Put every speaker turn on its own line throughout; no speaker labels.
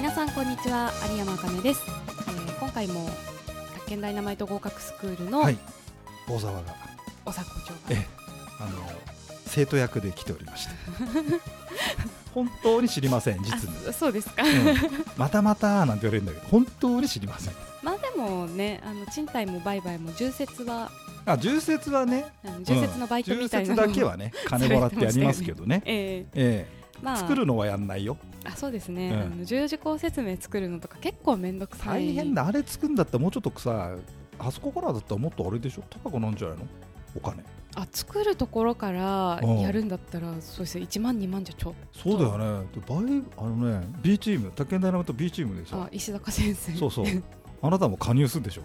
ちは有山あかねです、えー今回も宅建ダイナマイト合格スクールの
はい大沢が
おさこ長
え
が、
えあの生徒役で来てお りまして本当に知りません
あ
実に、
そそうですか、
うんまたまたなんて言われるんだけど本当に知りません
まあでもねあの賃貸も売買も重説は
あ重説はね
あの重説のバイトみたいな
うん
のを、
重説だけはね金もらってやりますけどね
ええ
え
まあ
え作るのはやんないよ
あそうですね、
うん
あの重要事項説明作るのとか結構めんどくさい
大変だあれ作るんだったらもうちょっとさあそこからだったらもっとあれでしょ高くなんじゃないのお金
あ作るところから
うん
やるんだったらそうです1万2万じゃちょっ
そうだよねでバイあのね B チーム宅建ダイナマイト B チームで
とあ
さ
石坂先生
そうそう あなたも加入するんでしょ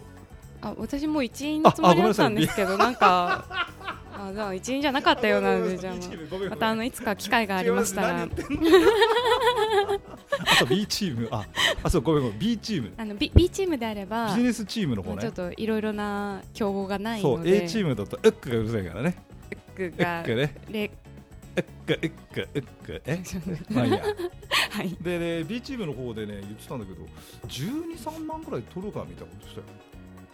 あ私もう一員のつもりだったんですけどなん かあじゃあ一員じゃなかったようなのでじゃあもうまたあのいつか機会がありましたら
違います何言ってんのあと B チームああそうごめんごめんビチーム
あの B, B チームであれば
ビジネスチームの方
ちょ
ね
っといろいろな競合がない
そ
の
う
で
A チームだとエックがうるさいからね
エック
エ
が
ックね
レ
エックエックエックえまあいいや
はい
でね B チームの方でね言ってたんだけど123万ぐらい取るかみたいなことしたよ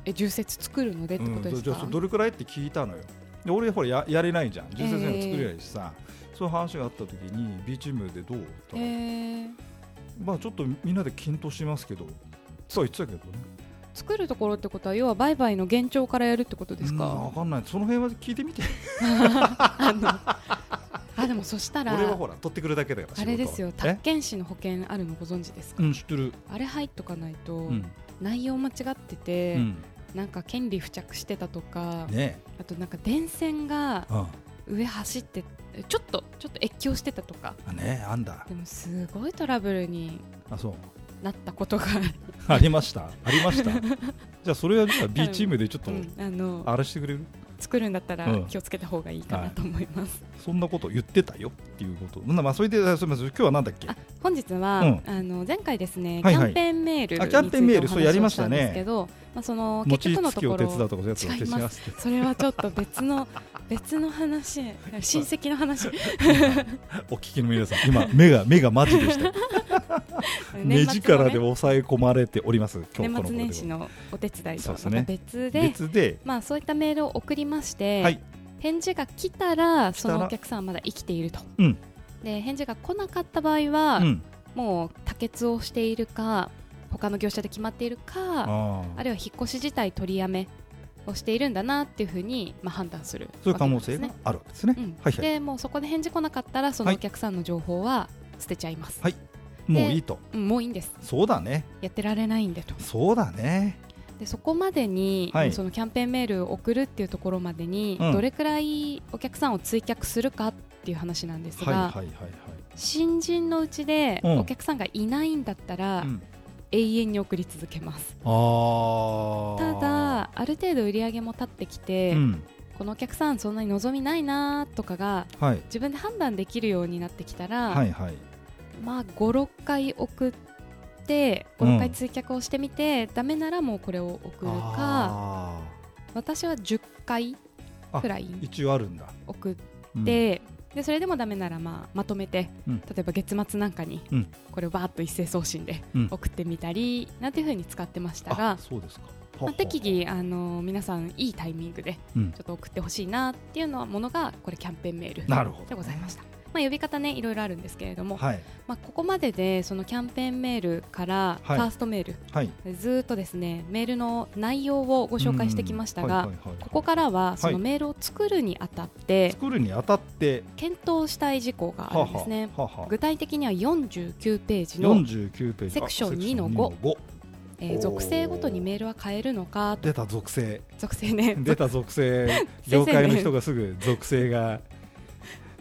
え重説作るのでって
う
こ
ん
とです
じゃあ
か、
それどれくらいって聞いたのよで俺ほらややれないじゃん純正生作れないしさ、そういう話があった時に B チームでどうと
え
か
ー
まあちょっとみんなで検討しますけどそう言ってたけどね
作るところってことは要は売買の現状からやるってことです
うん
か
わかんないその辺は聞いてみて
あのあでもそしたら
俺はほら取ってくるだけだから
あれですよ
仕事は
宅建士の保険あるのご存知ですか
えうん知ってる
あれ入っとかないと、
うん、
内容間違って
う
て、
ん、
なんか権利付着してたとか、
ね
あとなんか電線が
えうん
上走ってちょっとちょっと越境してたとか
あねえあんだ
でもすごいトラブルに
あそう
なったことが、
ありましたありました じゃあそれ はじゃあ B チームでちょっと
うんあの
あれしてくれる
作るんだったら
うん
気をつけた方がいいか
は
ないと思います、
そんなこと言ってたよっていうことなんだまあそれであすみません今日はなんだっけ
あ本日は、
う
あの前回ですね、
はいは
キャ
い
ンペーンメールについ
あ
て
キャンペーンメール
お話を
そうやりましたね
んですけど、まあ、その結
餅
局の
つ
と
き
こ
を手
ろ
伝うとかそういうやつを
違い
手伝
ま
わ
す
せて
それはちょっと別の別の話親戚の話
お聞きの皆さん今目が目がマジで した 目
年末のね
力で抑え込まれております今日
年
この頃
末
で
年始のお手伝いと
そう
は
です
ま
ね
た別で
別で
まあ、そういったメールを送りまして、
はい
返事が来たら
来
そ
たら
のお客さんはまだ生きていると、
うん
で返事が来なかった場合は、
うん
もう多欠をしているか他の業者で決まっているかあ
ああ
るいは引っ越し自体取りやめをしているんだなっていうふうに、まあ、判断する
そういう可能性が
わ
あるわけですね
けですね、うん
はいはい
でもうそこで返事来なかったらそのお客さんの情報は捨てちゃいます、
はいもういいと
うんもういいんです
そうだね
やってられないんでと
そうだね
でそこまでに、
はい
もうそのキャンペーンメールを送るっていうところまでに、
うん
どれくらいお客さんを追客するかっていう話なんです
は
が、
いはいはい
新人のうちで
うん
お客さんがいないんだったら、
はい、うん、
永遠に送り続けます
ああ
ただある程度売り上げも立ってきて、
うん
このお客さんそんなに望みないなとかが
はい
自分で判断できるようになってきたら、
はいはい
まあ56回送って
う
56
ん
回追客をしてみて、ダメならもうこれを送るか
あ
私は10回くらい
ー一応あるんだ、
送っ
うん
て、でそれでもダメなら、まあ、まとめて、
うん
例えば月末なんかに、
うん
これをバーッと一斉送信で
うん
送ってみたり、なんていうふうに使ってましたが
あ、そうですか、
まあ、適宜、
は
あの皆さんいいタイミングで
うん
ちょっと送ってほしいなっていうのはものがこれキャンペーンメール
なるほど
でございました。まあ、呼び方ねいろいろあるんですけれど
あ
も、
はあはい
まあ、ここまででそのキャンペーンメールからフ
は
ァ
い
ーストメール、
はい
ずーっとですねメールの内容をご
ご
紹介してきましたが、ここ
ら
からはそ
は
の
い
メールを作るにあたって、
作るにあたって
検討したい事項があるんですね。
はあはあ
具体的には49ページの、
49ページ
セクション
あ
2の
セクション5
えー
おー
属性ごとにメールは変えるのか
出た属性
属性ね
出た 属性業界の人がすぐ属性が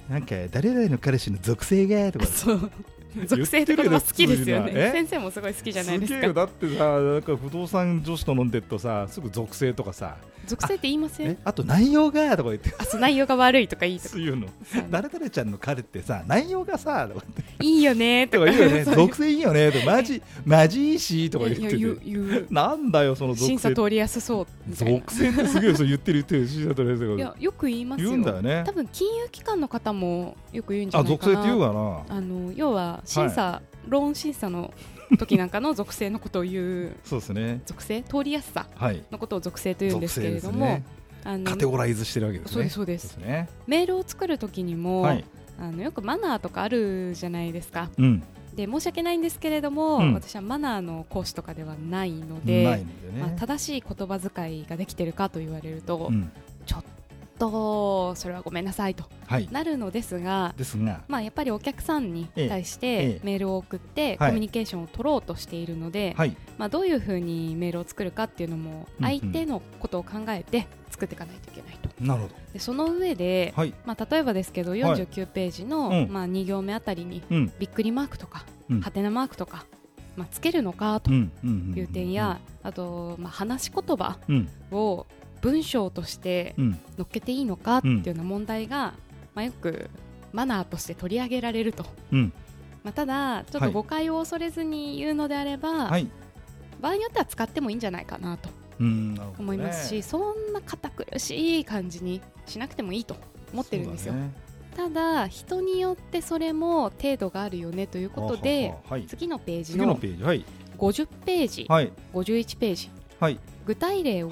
なんか誰々の彼氏の属性がと か
そう
る
属性って言葉好きですよね
え
先生もすごい好きじゃないです
げえよ
か
だってさなんか不動産女子と飲んでっとさすぐ属性とかさ
属性って言いませ
え
ん
あと内容がとか言って
あそう内容が悪いとかいいとか
そういうの誰々ちゃんの彼ってさ内容がさとかって
いいよね
と
と
か
か
言うよ ね
そういう
属性いいよねとかマジマジいいしとか言っ
いや
て
言う
て
言う
なんだよその属
審査
性
通りやすそうみたいな
属性ってすげえそう言ってる言ってる審査通りやすい
い
か
やよく言いま
ら
すよ
言うんだよね
多分金融機関の方もよく言うんじゃ
あ
ない
属
か
性
な
って言うかな
あの要は審査ローン審査の時なんかの属性のことを言う
そうですね
属性通りやすさ
はい
のことを属性というんですけれども、
属性ですね
あの
カテゴライズしてるわけですね
そうですそうです
そうですね
メールを作る時にも、
はい
あのよくマナーとかあるじゃないですか
うん
で申し訳ないんですけれども、
うん
私はマナーの講師とかではないので
ないんでね、
まあ、正しい言葉遣いができてるかと言われると、
うん
とそれはごめんなさいと
はい
なるのですが、
ですが
まあ、やっぱりお客さんに対し
え
て
え
メールを送ってコ
はい
ミュニケーションを取ろうとしているので、
はい
まあ、どういうふうにメールを作るかっていうのも
うんうん
相手のことを考えて作っていかないといけないと。
なるほど
でその上で、
はい
まあ、例えばですけど49ページの、
うん
まあ、2行目あたりに
うん
びっくりマークとか、
うん
はてなマークとか、まあ、つけるのかと
うんうんうんうん
いう点や、あと、まあ、話し言葉
うん
を文章として
うん
乗っけていいのかっていうような問題が、まあ、よくマナーとして取り上げられると、
うん
まあ、ただちょっ
は
と
い
誤解を恐れずに言うのであれば、
はい
場合によっては使ってもいいんじゃないかなと
うんなるほど
思
ね
いますし、そんな堅苦しい感じにしなくてもいいと思ってるんですよ、
そうだね
ただ人によってそれも程度があるよねということで
ははははい
次のページ
次の
の
ページはい
50ページ、
はい
51ページ
はい
具体例を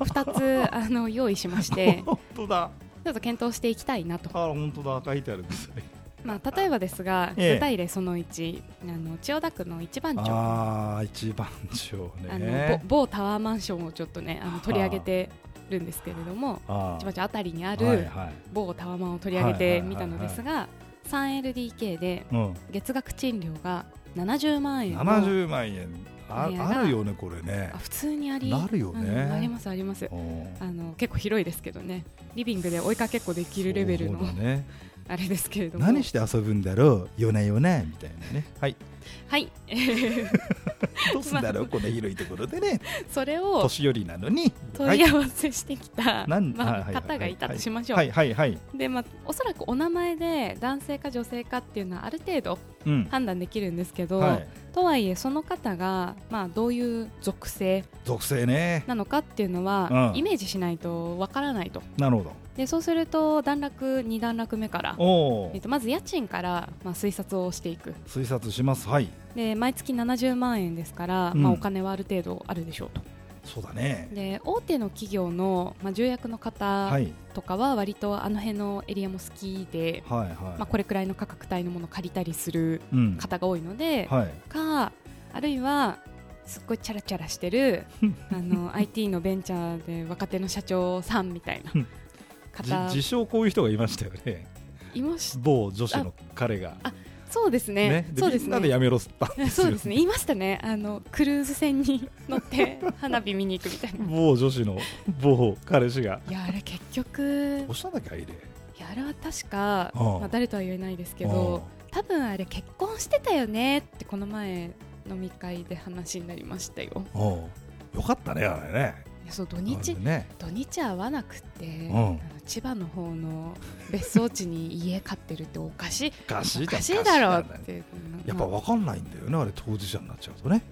2つあの用意しま して
本当だ
ちょっと検討していきたいなと
あ本当だ書いてあるんですね
まあ、例えばですが、
ええ
具体例その1あの千代田区の 一番町あ
あー一番長
の
ね
ぼ某タワーマンションをちょっとねあの取り上げてるんですけれども
あ
一
ー
番町あたりにあ
はい
る
はい
某タワマンを取り上げてみたのですが 3LDK で
うん
月額賃料が70万円の
70万円あ
お部屋が
あるよねこれね
あ普通にあり
なるよね
うんありますあります
うん
あの結構広いですけどねリビングで追いかけっこできるレベルの
そうだね
あれですけれども
何して遊ぶんだろうよなよなみたいなねはい
はい
どうすんだろうこの広いところで ね
それを
年寄りなのに
問い合わせしてきた、
なんはい
ま
は
あ、
いはい
方がいたとしましょう、
はいはいはい
でまあ、おそらくお名前で男性か女性かっていうのはある程度
うん
判断できるんですけど、
はい
とはいえその方が、まあ、どういう属性
属性ね
なのかっていうのは、
うん
イメージしないとわからないと
なるほど
でそうすると段落2段落目から、
お
えっ
ー
と、まず家賃から、まあ、推察をしていく
推察しますはい
で毎月70万円ですから、
うん
まあ、お金はある程度あるでしょうと
そうだね
で大手の企業の、まあ、重役の方
はい
とかは割とあの辺のエリアも好きで、
はいはい
まあ、これくらいの価格帯のものを借りたりする
うん
方が多いので、
はい
かあるいはすっごいチャラチャラして るあの IT のベンチャーで若手の社長さんみたいな
うんじ
方
自称こういう人がいましたよね
いまし
某女子の彼が
そうですねそうです
みんなで
ね
やめろっつったんですよ
そうですねいましたねあのクルーズ船に乗って 花火見に行くみたいな。
某女子の某彼氏が
いやあれ結局
おしたんだっけあいれ
いやあれは確か
ああ
まあ、誰とは言えないですけど多分あれ結婚してたよねってこの前飲み会で話になりましたよ
うんうんよかったねあれね
いやそう土
あ
日
れね
土日会わなくって、
ん
あの千葉の方の別荘地に家買ってるっておかしい
おかしい
おかし
お
い
かし
だ
い
ろ
よ
う
ね
っていう
やっぱ
まあ
分かんないんだよねあれ当事者になっちゃうとね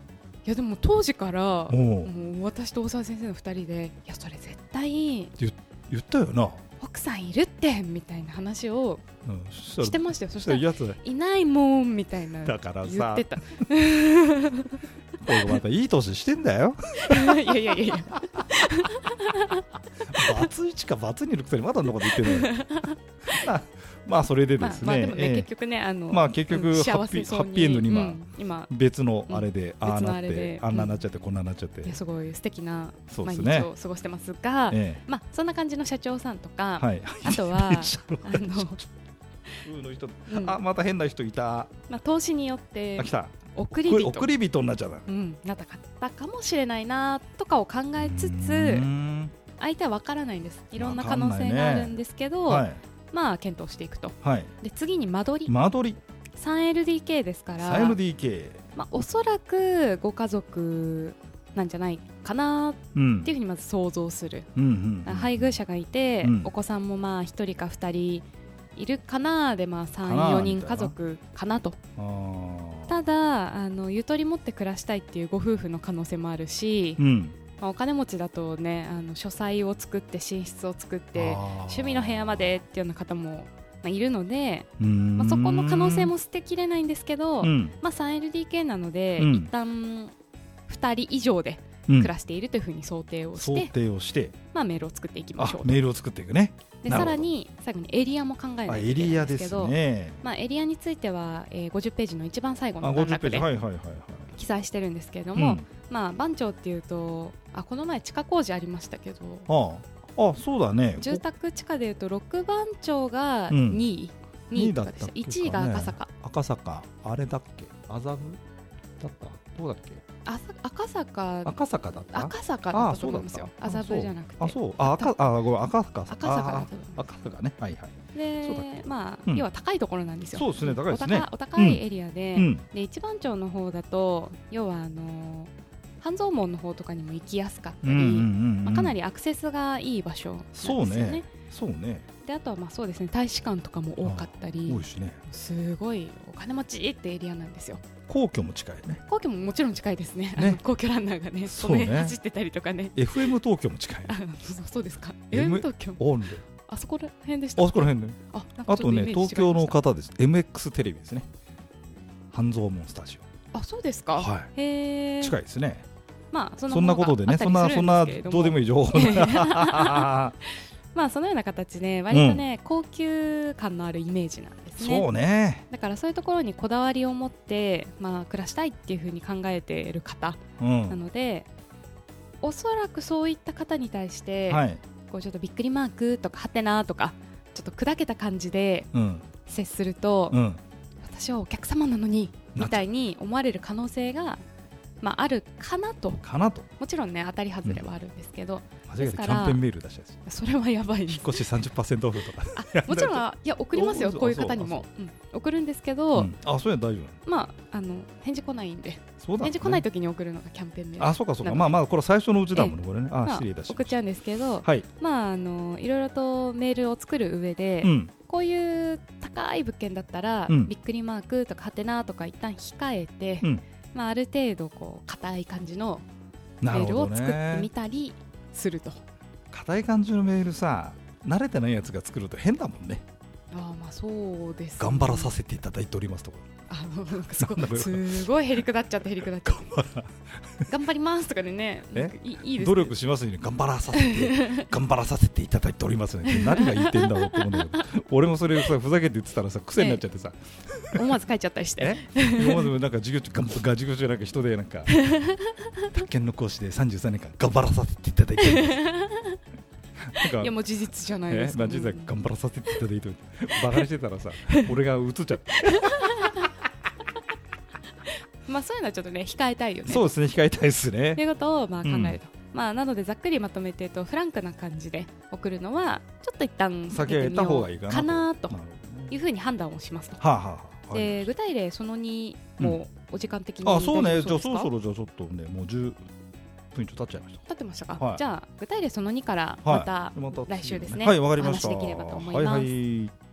いやでも当時から
お
もう私と大沢先生の2人でいやそれ絶対
言ったよな
奥さんいるってみたいな話を
うんそしたら
してましたよ
そ
そ
し
したた
ら
ら
やつだ
いないもんみたいな
だから
言
さ
ってた
これまたいい年してんだ よ
いやいやいやい や
バツ1かバツ2のくせにまだそんなこと言って ないまあまあそれでで
まあ
す
まあでも
ね
ね、
ええ
結局ねあの、
まあ結
う
局
ん
ハッピー
幸せそう
ハッピーエンドに今
うん今
別のあれで
うん
ああ
別の
なっ
あれ
て
で
あんなになっちゃってこんなになっちゃって
いやすごい素敵な
そうで
毎
す
日
ね
を過ごしてますが
え
まあそんな感じの社長さんと
え
か、
はい
あと はあの
うんの人
うん
あまた変な人いた
まあ投資によって
あ来た
送り人
送り人になっちゃった
うんなったかったかもしれないなとかを考えつ
う
つ
ーん
相手は分からないんですいろんな
わ
可
かんない
能性があるんですけど、
はい
まあ検討していくと
はい
で次に間取り
間取り
3LDK ですから、
3LDK
まあ、おそらくご家族なんじゃないかな
うん
っていうふうにまず想像する
うんうんうん
配偶者がいて、
うん
お子さんもまあ1人か2人いるかなで、まあ、
かな
34人家族かなと
あー
ただあのゆとり持って暮らしたいっていうご夫婦の可能性もあるし、
うん
まあ、お金持ちだとねあの書斎を作って寝室を作って
あー
趣味の部屋までっていうような方もあ、いるので、
うん
まあ、そこの可能性も捨てきれないんですけど、
うん
まあ、3LDK なので、
うん
一旦2人以上で
うん
暮らしているというふうに想定をし
想
て、
定をして
まあ、メールを作っていきま
あ
しょうと
メールを作っていくね
で
なるほど
さらに最後にエリアも考え
あ
ないと
エ
いけ
リ
ない
ア
んで
です
け
す
ど
ね
まあ、エリアについては、えー50ページの一番最後
あ
の段
50ペ
落
ージ
で
はいはいはいはい
記載してるんですけれど
うん
も、まあ、番長っていうとあこの前地下工事ありましたけど
あああそうだね
住宅地下でいうと6番長が
うん
2位、2位とかでした
二位だったっけ
1位が赤坂、
こ赤坂あれだっけ麻布だったどうだっけ
あさ赤坂
赤坂だった
赤坂だ
あ
ったと
そう
思
だ
う
っ
ん
た
ですよ
あ
麻布じゃなくて
あそうあ赤あごめん赤坂さ
赤坂だ
あ
と思う
あ赤坂ねはいはいそうだっ
でまあ、
うん
要は高いところなんですよ
そうですね高いですね
お高お高いエリアで、
うん
で一番町の方だと要はあの半蔵門の方とかにも行きやすかったり、
ん
まあ、かなりアクセスがいい場所なんですよね。
そうねそうね
であとはまあそうですね大使館とかも多かったり
多いしね
すごいお金持ちってエリアなんですよ
皇居も近いね
皇居ももちろん近いですね
ね
あの皇居ランナーがねそ
そ
う
ね
の辺走ってたりとかね
FM 東京も近いね
あそうそうですか
M-
M 東京
オンで
あそこら辺でし
あ
た
そこら辺ね
あなんか
あ
ちょ
と
っイ
ね
メージ
東
違い
京
ま
の
した
方です MX テレビですね半蔵門スタジ
あそうです
オ
か、
は
へえ
い近いですね
まあその
そんなことでねそんなそんなどうでも
いい
いい情報
まあそのような形で割とね、高級感のあるイメージなんですね
そうね
だからそういうところにこだわりを持って、まあ、暮らしたいっていうふうに考えている方
う
なんので、おそらくそういった方に対して、
はい
こうちょっとびっくりマークとかはてなとかちょっと砕けた感じで
うん
接すると、
うん
私はお客様なのに
な
みたいに思われる可能性が、まあ、あるかなと
かなと
もちろんね当たり外れはあるんですけど、
間違え
です
てキ
から
ャンペーンメール出したやつ
それはやばいで
引っ
す。
越し30%オフとか
あもちろんいや送りますよ
お
こういう方にも、うん送るんですけど、
うんあそうや大丈夫
まああの返事来ないんで
そうだね
返事来ないときに送るのがキャンペーンメール
あそうかそう
な
か
んか
まあまあこれ最初のうちだもんねこれね
ま
あ
あ
失礼いたし
送
ま
っ
し
ちゃうんですけど
た、はい
まあ、あのいろいろとメールを作る上で、
うん
こういう高い物件だったら、
うん
びっくりマークとかハテナとか一旦控えて、
うん
まあ、ある程度こう硬い感じのメ
なる
ール
ほ
を
ど
作ってみ
ね
たりすると。
硬い感じのメールさ慣れてないやつが作ると変だもんね
ああまあそうです、
頑張らさせていただいておりますとか
あのなんかすご
なんだこれ
すごいへりくだっちゃってへりくだっちゃって頑張りますとかでね
え
なんかいいいいです
努
ね
力しますように頑張らさせて 頑張らさせていただいておりますね何が言ってんだろうって思うんだけど俺もそれさふざけて言ってたらさ癖になっちゃってさ
思わず書いちゃったりして
え今までもなんか授業中頑張ガ授業中なんか人でな んか宅建の講師で33年間頑張らさせていただいておりますなんか
いやもう事実じゃないで
え
すか、
何時代頑張らさせていただいておいてバカにしてたらさ俺が映っちゃって
まあそういうのはちょっとね控えたいよね
そうですね控えたいです
と い
ね
うことをまあ考
うん
えると、まあ、なのでざっくりまとめてとフランクな感じで送るのはちょっと一旦避
酒
け
は
て
得
みよ
た
う
方がいいかな
かなと
なるほど
い
ね
うふうに判断をしますと、
はあはあはあ
で具体例その2もうお時間的に
あそうね
大
じゃ
丈夫
あそろ
ですか
そろじゃあちょっとねもう10分以上経っちゃいまし
立ってましたか、
はい
じゃあ具体例その2から
たは
ま
い
た
また
来週ですね
はいわかりました
お話できればと思います
はいはい